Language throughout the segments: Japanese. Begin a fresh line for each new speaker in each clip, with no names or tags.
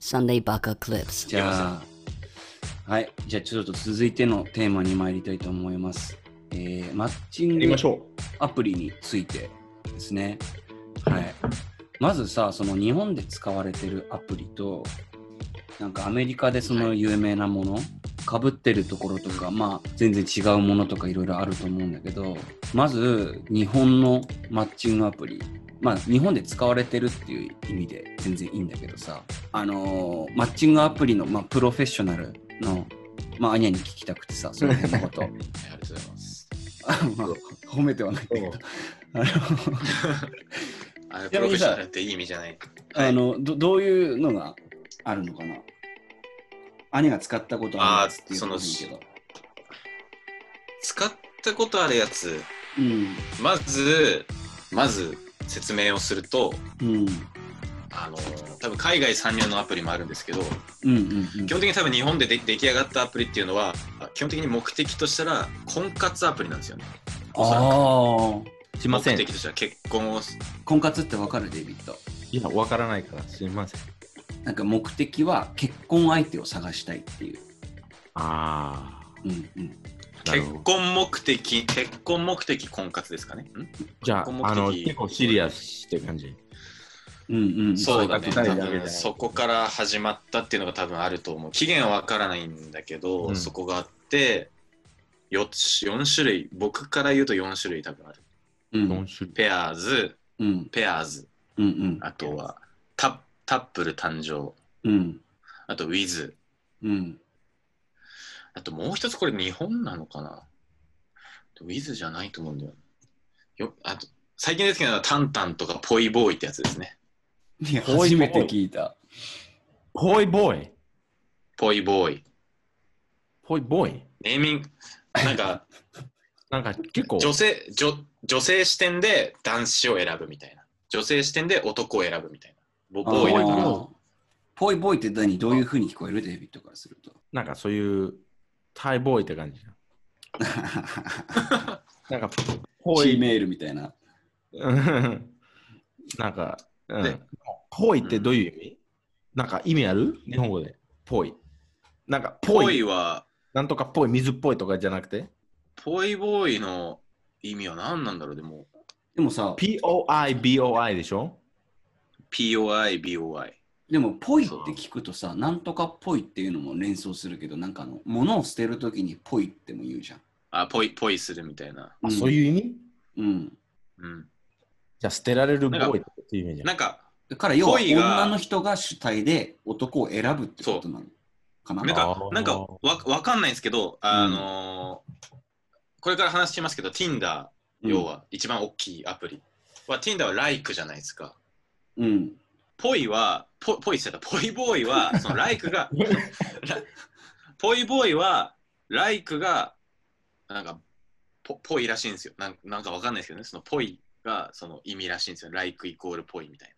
Sunday Baka Clips.
じゃあ、はい。じゃあ、ちょっと続いてのテーマに参りたいと思います。えー、マッチン
やり
グ
ましょ
アプリについてですね。はい。まずさ、その日本で使われてるアプリと、なんかアメリカでその有名なもの、かぶってるところとか、まあ、全然違うものとかいろいろあると思うんだけど、まず、日本のマッチングアプリ。まあ、日本で使われてるっていう意味で全然いいんだけどさ、あのーマッチングアプリの、まあ、プロフェッショナルの、まあ、アニャに聞きたくてさ、その辺のこと。
ありがとうございます。
まあ、褒めてはないんだけ ど。あの
あれ
ちな
プ
みに
ロフェ
さ
ッショナルっていい意味じゃない。
あのどどういうのがあるのかな兄が使ったことあるやつっていうの
あー
もいいけど。
使ったことあるやつ、
うん。
まず、まず説明をすると、
うん。
あの、多分海外参入のアプリもあるんですけど、
うんうんうん
基本的に多分日本でで出来上がったアプリっていうのは、基本的に目的としたら婚活アプリなんですよね。おそらく
あ
う。しません。
目
い
的としては結婚をす
あ。婚活ってわかるデイビッド。
や、わからないから、すみません。
なんか目的は結婚相手を探したいっていう。
あ
うんうん。
あ。なる
結
ほど。
婚目的、結婚目的婚活ですかね。ん
じゃ
婚
あ、あの、
目的
結構シリアスって感じ。
うんうん。
そうだね。
そ
多
うだね
分そこから始まったっていうのが多分あると思う。期限はわからないんだけど、
うん
そこがあって4つ、4種類、僕から言うと4種類多分ある。
うんう
4
ん
種類。
ペアーズ、
うん
ペアーズ、
うん
あとはタッタップル誕生、
うん
あとウィズ、
うん。
あともう一つこれ日本なのかなウィズじゃないと思うんだよ。よあと最近出てきたのはタンタンとかポイボーイってやつですね。
いや
こうい
初
うの
めて聞いた。
ポイボーイ。
ポイボーイ。
ポイボーイ。
ネーミング、なんか。
なんか結構、
女性女女性視点で男子を選ぶみたいな女性視点で男を選ぶみたいなボボーイだか
あ
ら
ーぽいボーイって何どういうふうに聞こえるデイビッドからすると。
なんかそういう、タイボーイって感じ。 なんか、ポ
C
イ。
メールみたいな。
うん なんか、う
で
ん。ぽいってどういう意味、なんか意味ある日本語で。ぽい。なんか、ぽ
ポイ
い。
は
なんとかぽい、水っぽいとかじゃなくて。
ポイボーイの意味は何なんだろうでも
でもさ、
POIBOI でしょ
POIBOI
でも、ぽいって聞くとさ、なんとかっぽいっていうのも連想するけど、なんかあの、物を捨てるときにぽいっても言うじゃん。
あポイポイするみたいな、
あそういう意味
うん。うん。
うん、
じゃあ捨てられるボーイっていう意味じゃん。
なんか
だから、要は
ぽいが
女の人が主体で男を選ぶってことなのかな
なん
あ
か
ー
なんかわわかんないんですけどあのーこれから話しますけど Tinder 要。は一番大きいアプリは Tinder は Like じゃないですか
うん。
ポイは、ポポイって言ってた、ポイボーイは、そのライクが、ラポイボーイは、ライクが、なんか、ポポイらしいんですよ。なんなんかわかんないですけどね、そのポイがその意味らしいんですよ。ライクイコールポイみたい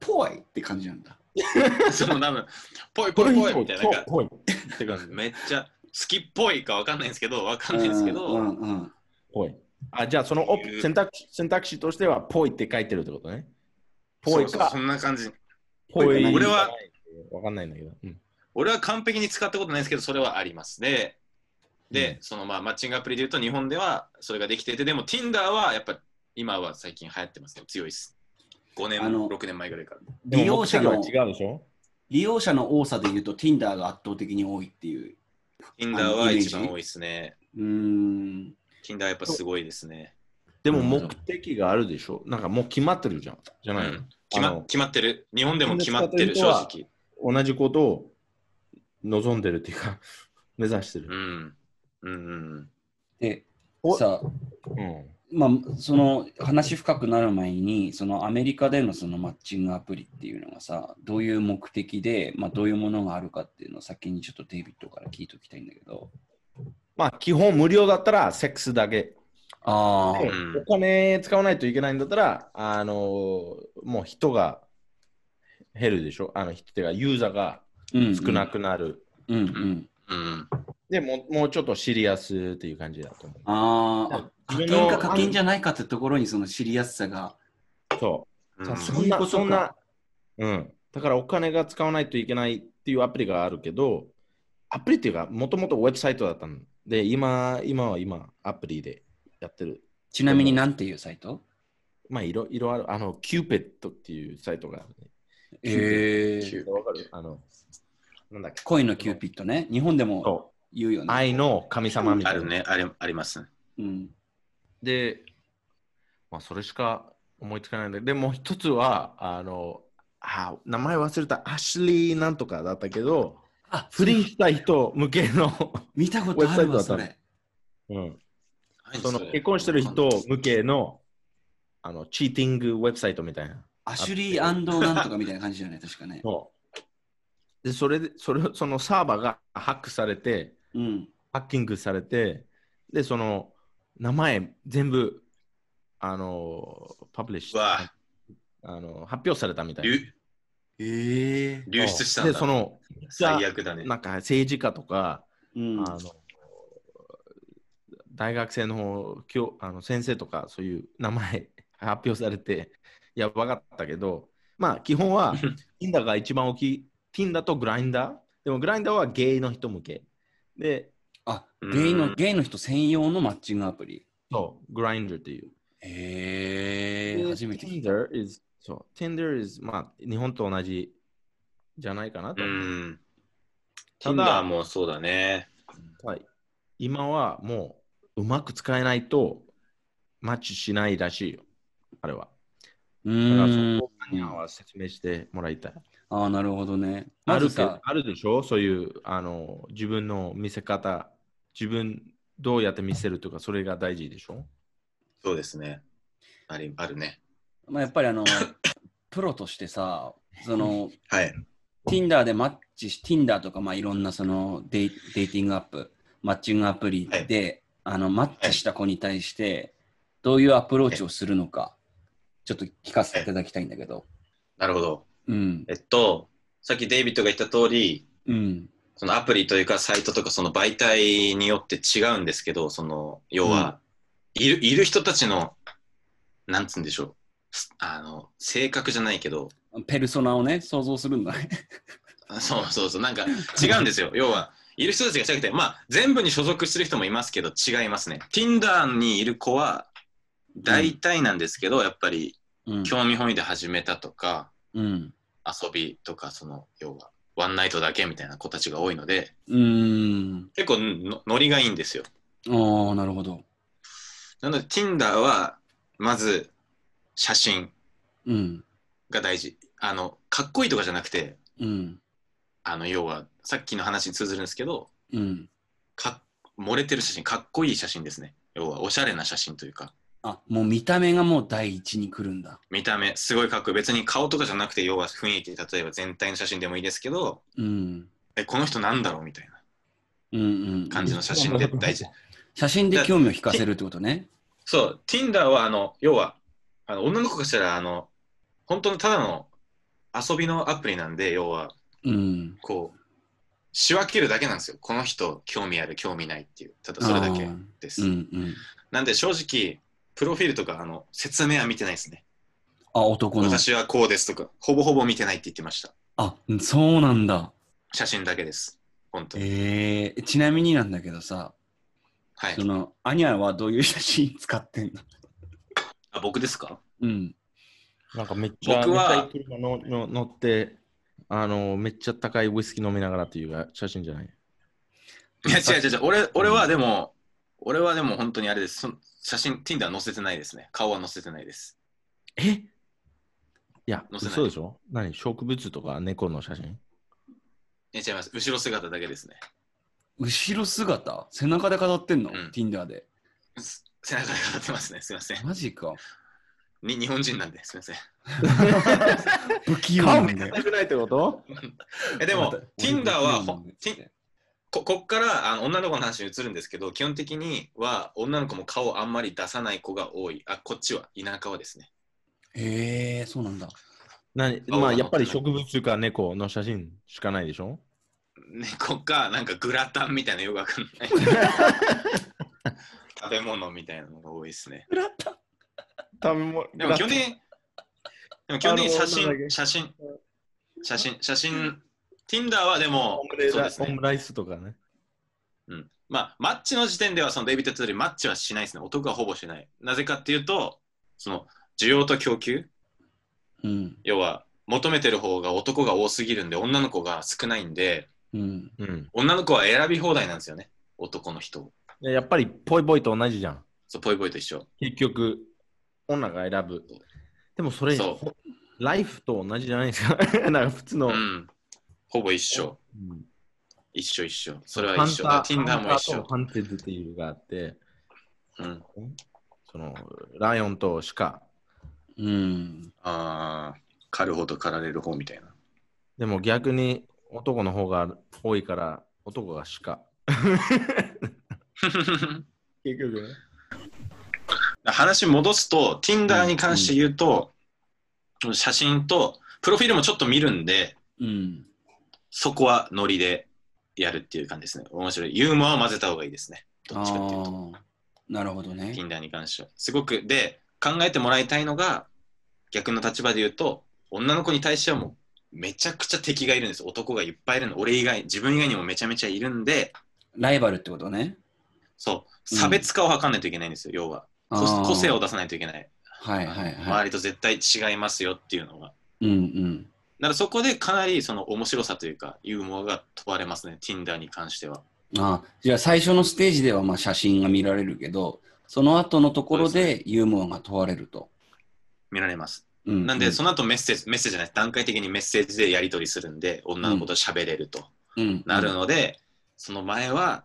ぽいって感じなんだ。
な。 その多分、ポ
こ
イポ
れ
イ
以
ポイ
上
みたいな、なんか
ぽいって感じ。
めっちゃ好きっぽいかわかんないんですけど、わかんないですけ
う
ど、
んうんうん。
ぽい。あ、じゃあそのオプ選択肢選択肢としてはぽいって書いてるってことね。ぽい
そうそうそ
か、
んな感じ。
ぽ
ぽいか
い。
俺は、
わかんないんだけど。うん
俺は完璧に使ったことないですけど、それはあります。で、で、
う
そのまあマッチングアプリで言うと、日本ではそれができてて、でも Tinder はやっぱ今は最近流行ってますけど、強いです。5年、
あの
6年前ぐらいから。
でも
利用者
目
の、
的は違うでしょ
利用者の多さで言うと、Tinder が圧倒的に多いっていう。あ
Tinder
の
は
イメージ
一番多いですね。
うーん。
Tinder はやっぱすごいですね。
でも目的があるでしょなんかもう決まってるじゃん。じゃ
う
ないの
ん決
あ
ま
の
決まってる。日本でも決まってる、
日
正
本で使って
直。
同じことを望んでるっていうか、 目指して
う
る。
ん。うんうん、
で
お、
さあ、
うん。
まあ、その話深くなる前にそのアメリカでのそのマッチングアプリっていうのがさどういう目的で、まあ、どういうものがあるかっていうのを先にちょっとデイビッドから聞いておきたいんだけど
まあ基本無料だったらセックスだけ。
あ
で
うん
お金使わないといけないんだったら、あのもう人が減るでしょあの人っていうかユーザーが
うん
少なくなる。
うんうん
うん。
でもう、もうちょっとシリアスっていう感じだと思
あーあ課
自分
金
の
か課金じゃないかってところにその知りやすさが
う。そうう。
ん
さ
ういうことか
そんな、うん。だからお金が使わないといけないっていうアプリがあるけど、アプリっていうか、もともとウェブサイトだったんで、今、今は今、アプリでやってる。
ちなみになんていうサイト
まあ、いろいろある。あの、キューペットっていうサイトがある、ね。
え
キュ
ー
ー、
わかるあの、なんだっけ。
恋のキューピッドね。日本でも
そ
言うよ
う
ね。
愛の神様みた
あ
いな。
るね、あれありますね。
うん。
で、まあ、それしか思いつかないんだけど、でもう一つは、あの、あ名前忘れた、アシュリーなんとかだったけど、
あ、
不
不
倫
倫
した人向けの、
見たことあるわ、
ウェブサ
そ
イトだった
れ。
のうん、
何
その
れ
結婚してる人向けの、あの、チーティングウェブサイトみたいな。
アシュリーなんとかみたいな感じじゃない、確かね。
そうで、それで、それ、そのサーバーがハックされて、
うん。
ハッキングされて、で、その、名前全部、あの、パブリッシ
う
ュ、
わ
あの、発表されたみたいな。
流
ええ
流出したん
で、
だ
そ。の、
最悪だね。
なんか政治家とか、
うん。
あの大学生の方教あの先生とか、そういう名前 発表されて、いや、分かったけど、まあ、基本 は Tinder が一番大きい、Tinder と Grindr。でも Grindr はゲイの人向け。で、
あ、
うん
ゲイの、ゲイの人専用のマッチングアプリ。
そう、Grindr っていう。
ええ
で
初めて聞い
Tinder is, そう、Tinder is、まあ、日本と同じじゃないかな
う
と。
ん。
た
Tinder
だ
もそうだね。
はい、今はもううまく使えないとマッチしないらしいよ、あれは。
た。う
だから
ーん
そ。こには説明してもらいたい。
ああ、なるほどね。
あ
ま
る
ず
けど
さ、
あるでしょそういうあの自分の見せ方、自分どうやって見せるとか、それが大事でしょ
そうですね。ありあるね。
まあ、やっぱりあ の、プロとしてさ、その、
はい。
Tinder でマッチし、Tinder とか、まあ、いろんなそのデイデイティングアップ、マッチングアプリで、あのマッチした子に対して、どういうアプローチをするのか、ちょっと聞かせていただきたいんだけど。
なるほど。
うん。
えっと、さっきデイビッドが言った通り、
うん。
そのアプリというかサイトとかその媒体によって違うんですけど、その要は、いるいる人たちの、なんつうんでしょう、すあの性格じゃないけど、
ペルソナをね、想像するんだね。
あそうそうそう、なんか違うんですよ。要は、いる人たちが違くて、まあ、全部に所属してる人もいますけど、違いますね。Tinder にいる子は、大体なんですけど、やっぱり
うん。
興味本位で始めたとか、
うん。
遊びとか、その、要は、ワンナイトだけみたいな子たちが多いので、
うーん。
結構のノリがいいんですよ。
ああ、なるほど。
なので Tinder はまず写真
うん。
が大事あのかっこいいとかじゃなくて
うん。あ
あの要はさっきの話に通ずるんですけど
うん。
か漏れてる写真かっこいい写真ですね要はおしゃれな写真というか
あ、もう見た目がもう第一に来るんだ。
見た目すごいかっこいい別に顔とかじゃなくて要は雰囲気例えば全体の写真でもいいですけど
うん。
えこの人なんだろうみたいな
うんうん。
感じの写真って大事
写真で興味を引かせるってことね。
そう Tinder はあの要はあの女の子がしたらあの本当のただの遊びのアプリなんで要は
うん。
こう仕分けるだけなんですよこの人興味ある興味ないっていうただそれだけ
あー
です、
うんうん。
なんで正直プロフィールとかあの説明は見てないですね
あ、男の。
私はこうですとかほぼほぼ見てないって言ってました
あ、そうなんだ。
写真だけです本当に、
えー、ちなみになんだけどさ、
はい
その、アニャはどういう写真使ってんの
あ僕ですか
うん。
なんかめっちゃ
僕は
めっちゃいい車のの乗ってあの、めっちゃ高いウイスキー飲みながらっていうか写真じゃない。
いや違う違う違う俺俺はでも俺はでも本当にあれですその写真 Tinder 載せてないですね顔は載せてないです
えいや、
載せない
そうでしょ何植物とか猫の写真
え違います後ろ姿だけですね
後ろ姿背中で飾ってんの、
うん
?Tinder で。
す背中で語ってますねすいません
マジ か。
に日本人なんですいません
不器用なんだよ。
見くないってこと
えで
ま
も
た
Tinder
俺不
は
器用な
ほ
んだよ
ティンここっからあの女の子の話に移るんですけど基本的には女の子も顔あんまり出さない子が多いあこっちは田舎はですね
えー、そうなんだ。
何ま
あ
あ、
俺
やっぱり植物か猫の写真しかないでしょ
猫かなんかグラタンみたいなよくわかん ない食べ物みたいなのが多いですね
多分も
でも基本的にでも基本的に写
あの女だけ
真写真写真、写真、Tinder はでも
オムレ、
そう
ラ
です
オ
ね
ム。ライスとかね。
うんまあ、マッチの時点ではそのデイビッド・ツーリーマッチはしないですね。男はほぼしない。なぜかっていうと、その需要と供給、
うん。
要は求めてる方が男が多すぎるんで、女の子が少ないんで、
うん。
うん。
女の子は選び放題なんですよね。男の人を。
でやっぱり、ぽいぽいと同じじゃん。
そう、ぽいぽいと一緒。
結局、女が選ぶ。でもそれ、
そ
ライフと同じじゃないですか。 なんか普通の、
うん。ほぼ一緒。
うん
一緒一緒。それは一緒。だ
ハンタ
Tinder も一
ハンターと
緒。
ハンテッドっていうのがあって、
うん。
その、ライオンと鹿。
うん。
ああ、狩る方と狩られる方みたいな。
でも逆に男の方が多いから、男が鹿。結局ね。
話戻すと Tinder に関して言うと、写真とプロフィールもちょっと見るんで
うん。
そこはノリでやるっていう感じですね面白いユーモアを混ぜた方がいいですねど
あ
っちかっていうと
あ。なるほどね。
Tinder に関してはすごくで考えてもらいたいのが逆の立場で言うと女の子に対してはもうめちゃくちゃ敵がいるんです男がいっぱいいるの俺以外自分以外にもめちゃめちゃいるんで
ライバルってことね。
そう差別化を図んないといけないんですよ、要は
あ
個
ー
個性を。出さないといけない
はいはいは
周りと絶対違いますよっていうのが
い。うんうん。
だからそこでかなりその面白さというかユーモアが問われますね、Tinder に関しては。
ああじゃあ最初のステージではまあ写真が見られるけど、その後のところ
そうで
でユーモアが問われると。
見られます。
うん
なんで、その後メッセージ、メッセージじゃない、段階的にメッセージでやり取りするんで、女の子と喋れると
うん
なるので、その前は、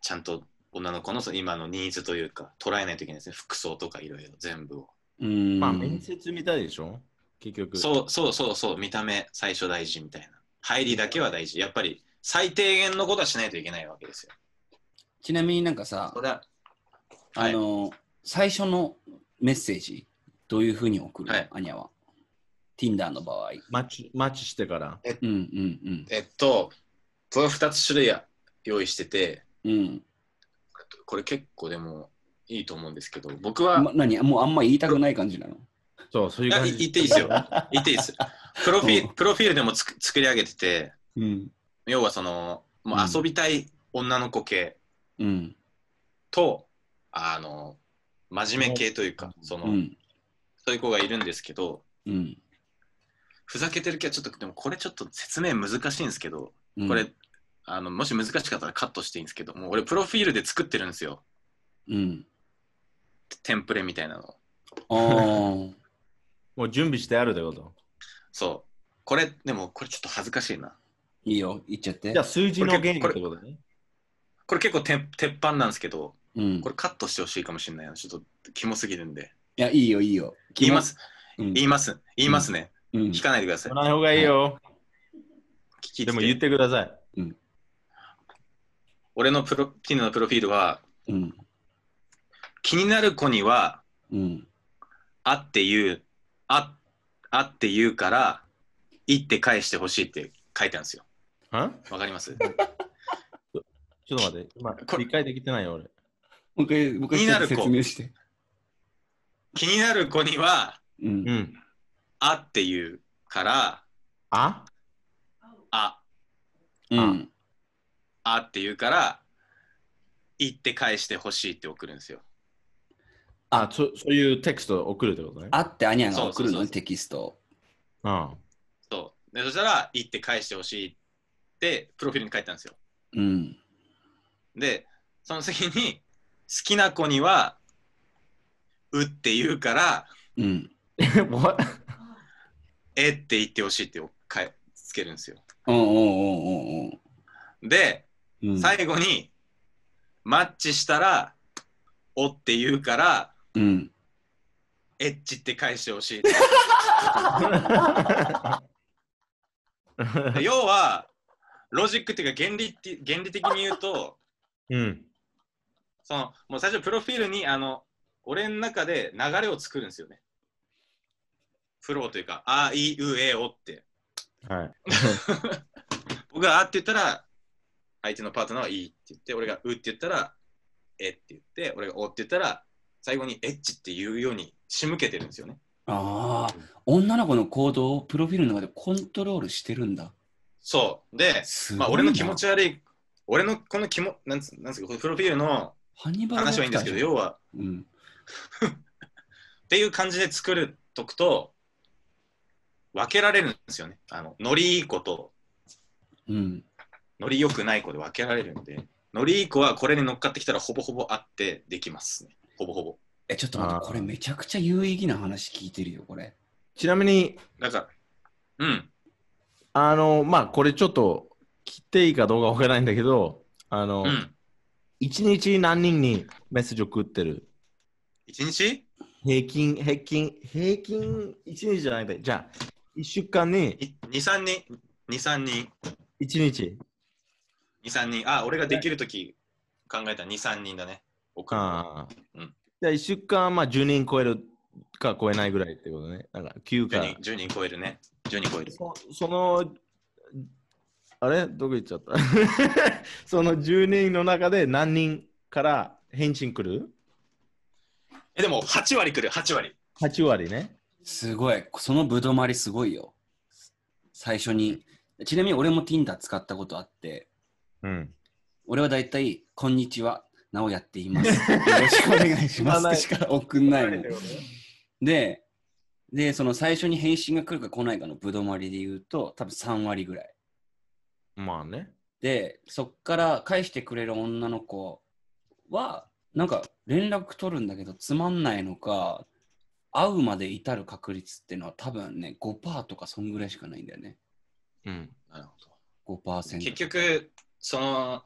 ちゃんと女の子のその今のニーズというか、捉えないといけないですね、服装とかいろいろ、全部を。
うん。
まあ、面接みたいでしょ結局。
そうそうそうそう、見た目、最初大事みたいな。入りだけは大事。やっぱり、最低限のことはしないといけないわけですよ。
ちなみになんかさ
そ、れは、は
あ
い、
の、最初のメッセージ、どういうふうに送るの、
はい
アニャは。Tinder の場合。
マッチ、マッチしてから。
うんうん
えっと、この2つ種類や用意してて、
うん。うん。
これ結構でもいいと思うんですけど、僕は、
ま、何もうあんま言いたくない感じなの
そう、そう
い
いう
や
感
い
じ。
言っていいですよ。言ってい いです。プロフィ
うん
プロフィールでもつく作り上げてて、
うん。
要はその、もう
うん
遊びたい女の子系
うん。
と、あの、真面目系というか、その、
うん。
そういう子がいるんですけど、
うん。
ふざけてる気はちょっと、でもこれちょっと説明難しいんですけど、
うん
これ、、あのもし難しかったらカットしていいんですけど、もう俺、プロフィールで作ってるんですよ。
うん。
テンプレみたいなのを。
あ ー
もう準備してあるってこと。
そう。これ、でも、これちょっと恥ずかしいな。
いいよ、言っちゃって
じゃあ、。数字の
これ
原理ってことね。
これ結構てん鉄板なんですけど、
うん。
これカットしてほしいかもしれないな。ちょっと、キモすぎるんで。
いや、いいよ、いいよ。
言いま。す。
うん
言います。言いますね。
うん
聞かないでください
言。わない方がいいよ。
聞き
で
つ
も
け
言ってください。
俺のプロ、ティナのプロフィールは、
うん。
気になる子には、
うん。
あって言う、あ、あって言うから、言って返してほしいって書いてあるんですよ。
は
わかります
ちょっと待って。今
こ、れ
理解できてないよ、俺。
もう一回、もう
気
一
にな
回
る子
説明して。
気になる子には、
うん
う。ん。
あって言うから、
あ
あ、
うん。
あって言うから、言って返してほしいって送るんですよ。
あそ、そういうテクストを送るってことね。
あってアニャが送る
そうそうそう
の
そう
テキストを。
あ
そう。でそしたら、行って返してほしいって、プロフィールに書いたんですよ。
うん。
で、その次に、好きな子には、うって言うから、
うん。
うん。What？
えって言ってほしいってかえつけるんですよ。
おうおうおうおうお
で、
う。うん。
最後に、マッチしたら、おって言うから、
うん。
エッチって返してほしい。 要は、ロジックっていうか原理って、原理的に言うと、
うん。
そのもう最初プロフィールにあの俺の中で流れを作るんですよね。フローというか、あいうえおって。
はい。
僕があって言ったら、相手のパートナーはいいって言って、俺がうって言ったら、えって言って、俺がおって言ったら、最後にエッチって言うように仕向けてるんですよね。
あああ、女の子の行動をプロフィールの中でコントロールしてるんだ。
そう。で、
すごいな
まあ、俺の気持ち悪い、俺のこの気も、なんつなんつうか、このプロフィールの
ハンニバル
話はいいんですけど、
レクターじ
要は、
ゃんうん。
っていう感じで作るとくと、分けられるんですよね。あの、ノリいい子と、
うん。
ノリ良くない子で分けられるんで、ノリいい子はこれに乗っかってきたらほぼほぼあってできますね。ほぼほぼ。
え、ちょっと待っ
あ
て、
ー
これめちゃくちゃ有意義な話聞いてるよ、これ。
ちなみに、
だから、うん。
あの、まあ、これちょっと、切っていいかどうかわからないんだけど、あの、
うん。
一日何人にメッセージを送ってる
一日
平均、平均、平均一日じゃないで、じゃあ、一週間に
い二三人、二三人、
一日。
二三人。あ、俺ができるとき考えたら二三人だね。送るのは
ああ
うん
じゃあ、一週間、まあ、10人超えるか超えないぐらいってことね。なんか、9か。
10人、10人超えるね。10人超える。
そその、あれどこ行っちゃった その10人の中で何人から返信来る
え、でも8割来る、8割。
?8 割ね。
すごい。そのぶどまりすごいよ。最初に。ちなみに俺も Tinder 使ったことあって、
うん。
俺はだいたい、こんにちは、なおやっています。よろしくお願いしますってしか送んないもん。で、で、その最初に返信が来るか来ないかのぶどまりで言うと、多分3割ぐらい。
まあね。
でそっから返してくれる女の子はなんか連絡取るんだけどつまんないのか会うまで至る確率ってのは多分ね5%とかそんぐらいしかないんだよね
うん。
なるほど
5%
結局、その、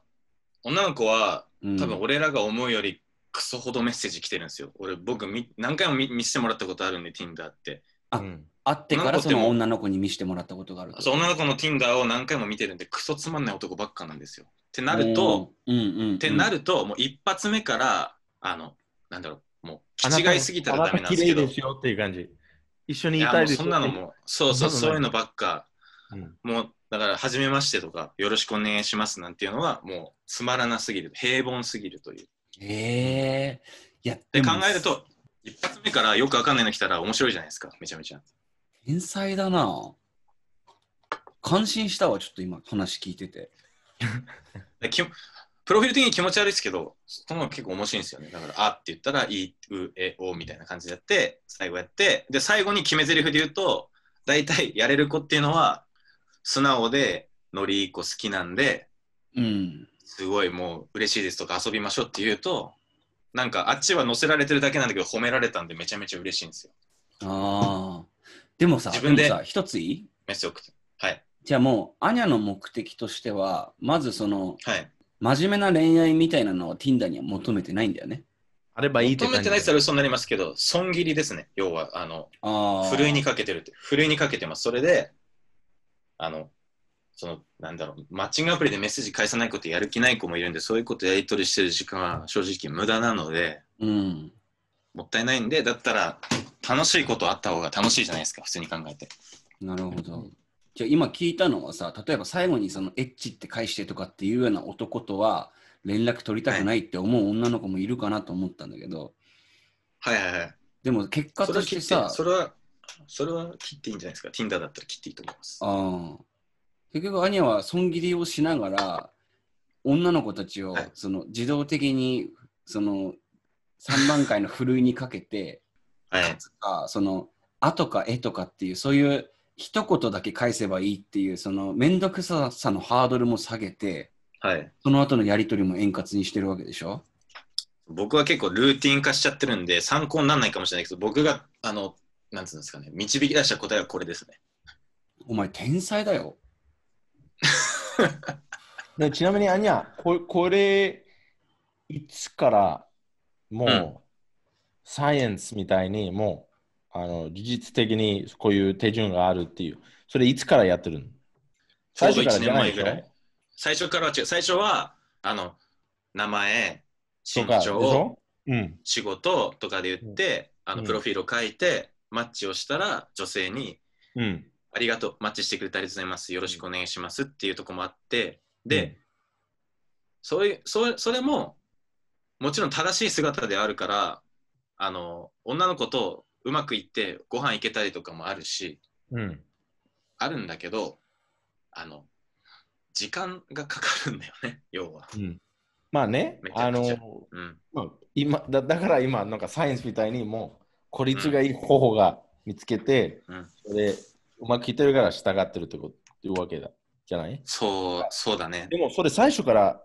女の子は、
うん
多分俺らが思うよりクソほどメッセージ来てるんですよ。俺、僕み、何回も見見せてもらったことあるんで、Tinder って。
あ
うん
会ってからそ
女の子って
の
も
女の子に見せてもらったことがある
そう女の子の Tinder を何回も見てるんで、クソつまんない男ばっかなんですよ。ってなると、
うんうんうん
ってなると、もう一発目から、あの、なんだろう、も
あ
う、
なた
気違いすぎたらダメなんですけ
あ
ど、
なた綺麗ですよっていう感じ。一緒に
い
い
や、
たい
も
うです
そ
よ
んなのもう、そうそ
そんなのな
う、
い
そういうのばっか、
うん
もう、だから、初めましてとか、よろしくお願いしますなんていうのは、もう、つまらなすぎる、平凡すぎるという。
ええいやで
で、
も
考えると、一発目からよくわかんないの来たら面白いじゃないですか、めちゃめちゃ。
天才だな感心したわちょっと今話聞いてて
できプロフィール的に気持ち悪いですけど、その結構面白いんですよね。だから、あって言ったら、い、う、え、おみたいな感じでやって、最後やって、で、最後に決め台詞で言うと、大体やれる子っていうのは、素直で、ノリいい子好きなんで、
うん
すごいもう嬉しいですとか遊びましょうって言うと、なんかあっちは載せられてるだけなんだけど、褒められたんでめちゃめちゃ嬉しいんですよ。
ああでもさ
自分で
もさ一ついい
メッセージ送って。はい。
じゃあもう、アニャの目的としては、まずその、
はい。
真面目な恋愛みたいなのは Tinder には求めてないんだよね。
あればいいって
求
感じ。
めてないって言ったら嘘になりますけど、損切りですね。要は、あの、
ああ。
ふるいにかけてるって、ふるいにかけてます。それで、あの、その、なんだろう、マッチングアプリでメッセージ返さない子ってやる気ない子もいるんで、そういうことやり取りしてる時間は正直無駄なので、
うん。
もったいないんで、だったら、楽しいことあった方が楽しいじゃないですか、普通に考えて。
なるほど。じゃあ今聞いたのはさ、例えば最後にそのエッチって返してとかっていうような男とは、連絡取りたくないって思う女の子もいるかなと思ったんだけど、
はいはいはい。
でも結果
それ
と
は
し
切
て
って
さ、、
それは、それは切っていいんじゃないですか。Tinder だったら切っていいと思います。
ああ結局アニャは損切りをしながら女の子たちを
はい
その自動的にその3段階のふるいにかけて
はい。
あその「あ」とか「え」とかっていうそういう一言だけ返せばいいっていうその面倒くささのハードルも下げて
はい。
その後のやり取りも円滑にしてるわけでしょ
僕は結構ルーティン化しちゃってるんで、参考にならないかもしれないけど、僕が、あの、なんつうんですかね、導き出した答えはこれですね。
お前天才だよ
でちなみに、アニャ、ここれ、いつからもう、
うん
サイエンスみたいに、もう、あの、事実的にこういう手順があるっていう、それいつからやってるの
ちょうど
最初から
1
じゃな
年
い
前
でし
ぐ
ょ
らい。最初からは違う。最初は、あの、名前、
と
身
かでし
長、
ょうん。
仕事とかで言って、あ
う
の、
ん
プロフィールを書いて、マッチをしたら、女性に、
うん。
ありがとう、マッチしてくれてありがとうございます、よろしくお願いしますっていうとこもあって、で、そういう、それそれも、もちろん正しい姿であるから、あの、女の子とうまくいってご飯行けたりとかもあるし
うん。
あるんだけどあの時間がかかるんだよね要は、
うん。まあね
め、ち
あ
ゃく
の
ちゃ、うん、
まあ、今だだから今、なんかサイエンスみたいにもう孤立がいい方法が見つけて、
うん
それでうまくいってるから従ってるってこというわけだじゃない
そうそうだね
でもそれ最初から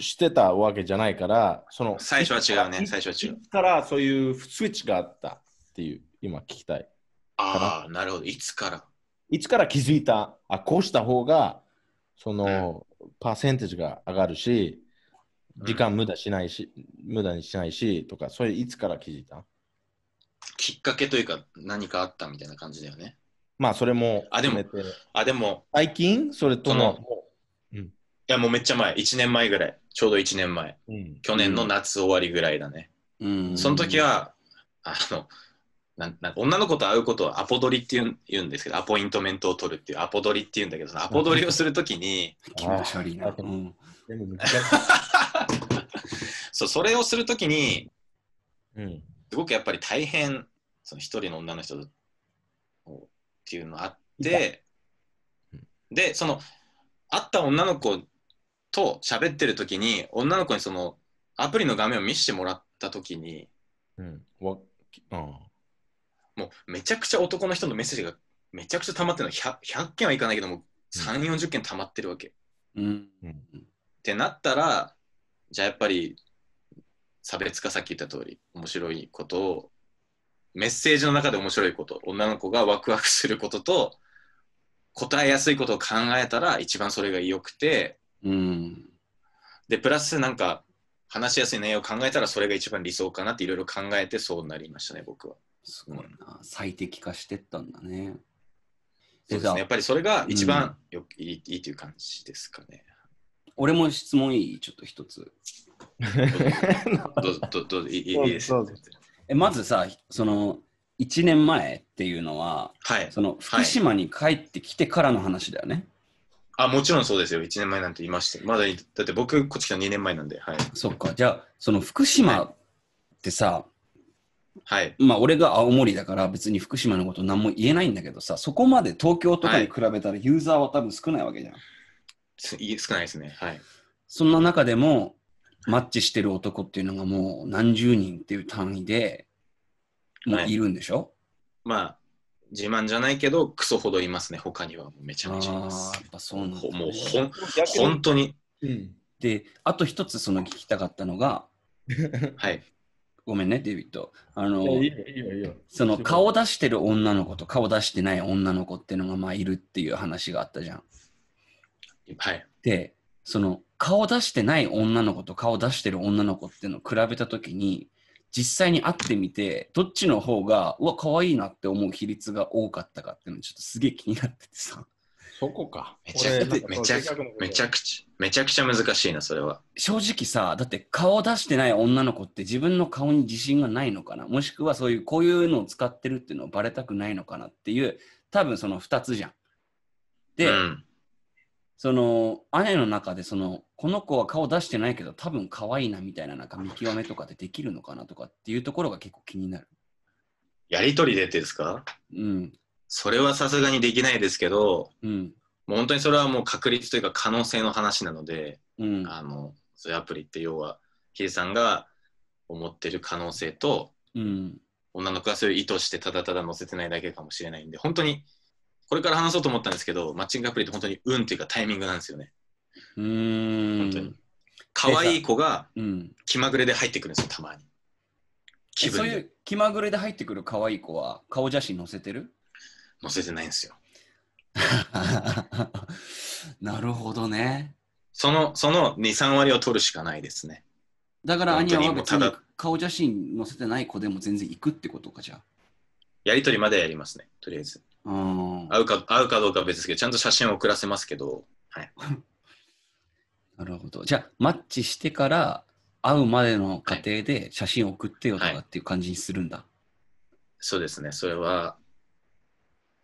してたわけじゃないから、その
最初は違うね
いつ
最初は違う
いつからそういうスイッチがあったっていう、今聞きたい。
ああなるほどいつから
いつから気づいた、あ、こうした方が、その、パーセンテージが上がるし、時間無駄しないし、無駄にしないしとか、それいつから気づいた
きっかけというか何かあったみたいな感じだよね
まあ、それも、
あでも
含めて
あでも
最近それと
そ
の、
いやもうめっちゃ前1年前ぐらいちょうど1年前
うん、
去年の夏終わりぐらいだね、
うん
その時、はあのなんなん女の子と会うことをアポ取りって言うん言うんですけどアポイントメントを取るっていうアポ取りっていうんだけどそのアポ取りをするときに
気持ち悪いな。
あー
うん
でも難しい
そうそれをするときに
うん
すごくやっぱり大変その一人の女の人とっていうのあってでその会った女の子と喋ってる時に女の子にそのアプリの画面を見せてもらった時に
うんわあ
もうめちゃくちゃ男の人のメッセージがめちゃくちゃ溜まってるの 100, 100件はいかないけども3 4 0件溜まってるわけ。っ
うん
うん
てなったらじゃあやっぱり差別化さっき言った通り面白いことをメッセージの中で面白いこと女の子がワクワクすることと答えやすいことを考えたら一番それが良くて
うん
でプラスなんか話しやすい内容を考えたらそれが一番理想かなっていろいろ考えてそうなりましたね僕は。
すごいな。最適化してったんだね。
そ
で
うです
さ
ね、やっぱりそれが一番よ、いいいいという感じですかね。
俺も質問いいちょっと一つ。
どうぞどうどうぞいいい
どうぞ
いですよ
どうぞ
えまずさ、その1年前っていうのは、
はい。
その福島に帰ってきてからの話だよね。
あ、もちろんそうですよ。1年前なんていましたよまだい、だって僕、こっち来たの2年前なんで、はい。
そっか。じゃあ、その福島ってさ、
はい。
まあ俺が青森だから別に福島のこと何も言えないんだけどさ、そこまで東京とかに比べたらユーザーは多分少ないわけじゃん。
すいい少ないですね。はい。
そんな中でも、マッチしてる男っていうのがもう何十人っていう単位でもういるんでしょ、
まあ、自慢じゃないけど、クソほどいますね。他にはもうめちゃめちゃいま
あ
す
あ、。やっぱそうなんだ、
ほもうほん、
逆に
本当に。
うん
で、あと一つその聞きたかったのが、
はい。
ごめんね、デイビッド。あの、
いやいいよいいよいいよ
その顔出してる女の子と顔出してない女の子っていうのがまあいるっていう話があったじゃん。
はい。
で、その顔出してない女の子と顔出してる女の子っていうのを比べたときに、実際に会ってみて、どっちの方が、うわ、可愛いなって思う比率が多かったかっていうのちょっとすげえ気になっててさ。
そこか
めちゃくちゃ、めちゃくちゃ、めち
く
ゃくちゃ、めちゃくちゃ難しいな、それは。
正直さ、だって顔出してない女の子って自分の顔に自信がないのかなもしくはそういうこういうのを使ってるっていうのをバレたくないのかなっていう、多分その2つじゃん。で、
うん。
その姉の中でそのこの子は顔出してないけど多分可愛いなみたいななんか見極めとかでできるのかなとかっていうところが結構気になる。
やりとりでってですか
うん。
それはさすがにできないですけど、
うん。
もう本当にそれはもう確率というか可能性の話なので、
うん。
あの、そういうアプリって要は、ヒデさんが思ってる可能性と、
うん。
女の子がそういう意図してただただ載せてないだけかもしれないんで、本当に、これから話そうと思ったんですけど、マッチングアプリって本当に運というかタイミングなんですよね。
うー
本当に
ん。
可愛い子が
うん。
気まぐれで入ってくるんですよ、たまに。気
えそう
分
い
で
う気まぐれで入ってくる可愛い子は顔写真載せてる
載せてないんですよ。
なるほどね。
その、その2、3割を取るしかないですね。
だからア
本
ニ
当
ア
に
は
もう
別
ただ
に顔写真載せてない子でも全然行くってことかじゃあ。
やりとりまでやりますね、とりあえず。
うん。
会うか、会うかどうかは別ですけど、ちゃんと写真を送らせますけど、はい。
なるほど。じゃあ、マッチしてから会うまでの過程で写真を送ってよとかっていう感じにするんだ。
そうですね、それは、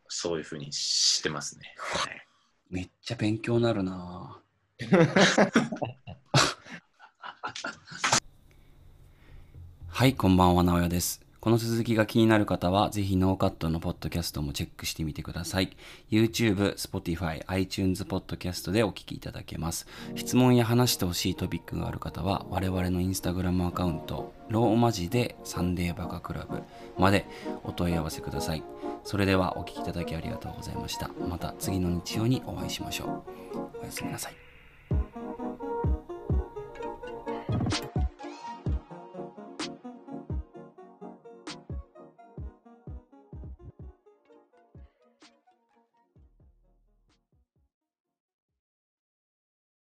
そういうふうにしてますね。はい
めっちゃ勉強になるなぁはい、こんばんは、なおやです。この続きが気になる方は、ぜひノーカットのポッドキャストもチェックしてみてください。YouTube、Spotify、iTunes ポッドキャストでお聞きいただけます。質問や話してほしいトピックがある方は、我々の Instagram アカウント、ローマ字でサンデーバカクラブまでお問い合わせください。それではお聞きいただきありがとうございました。また次の日曜にお会いしましょう。おやすみなさい。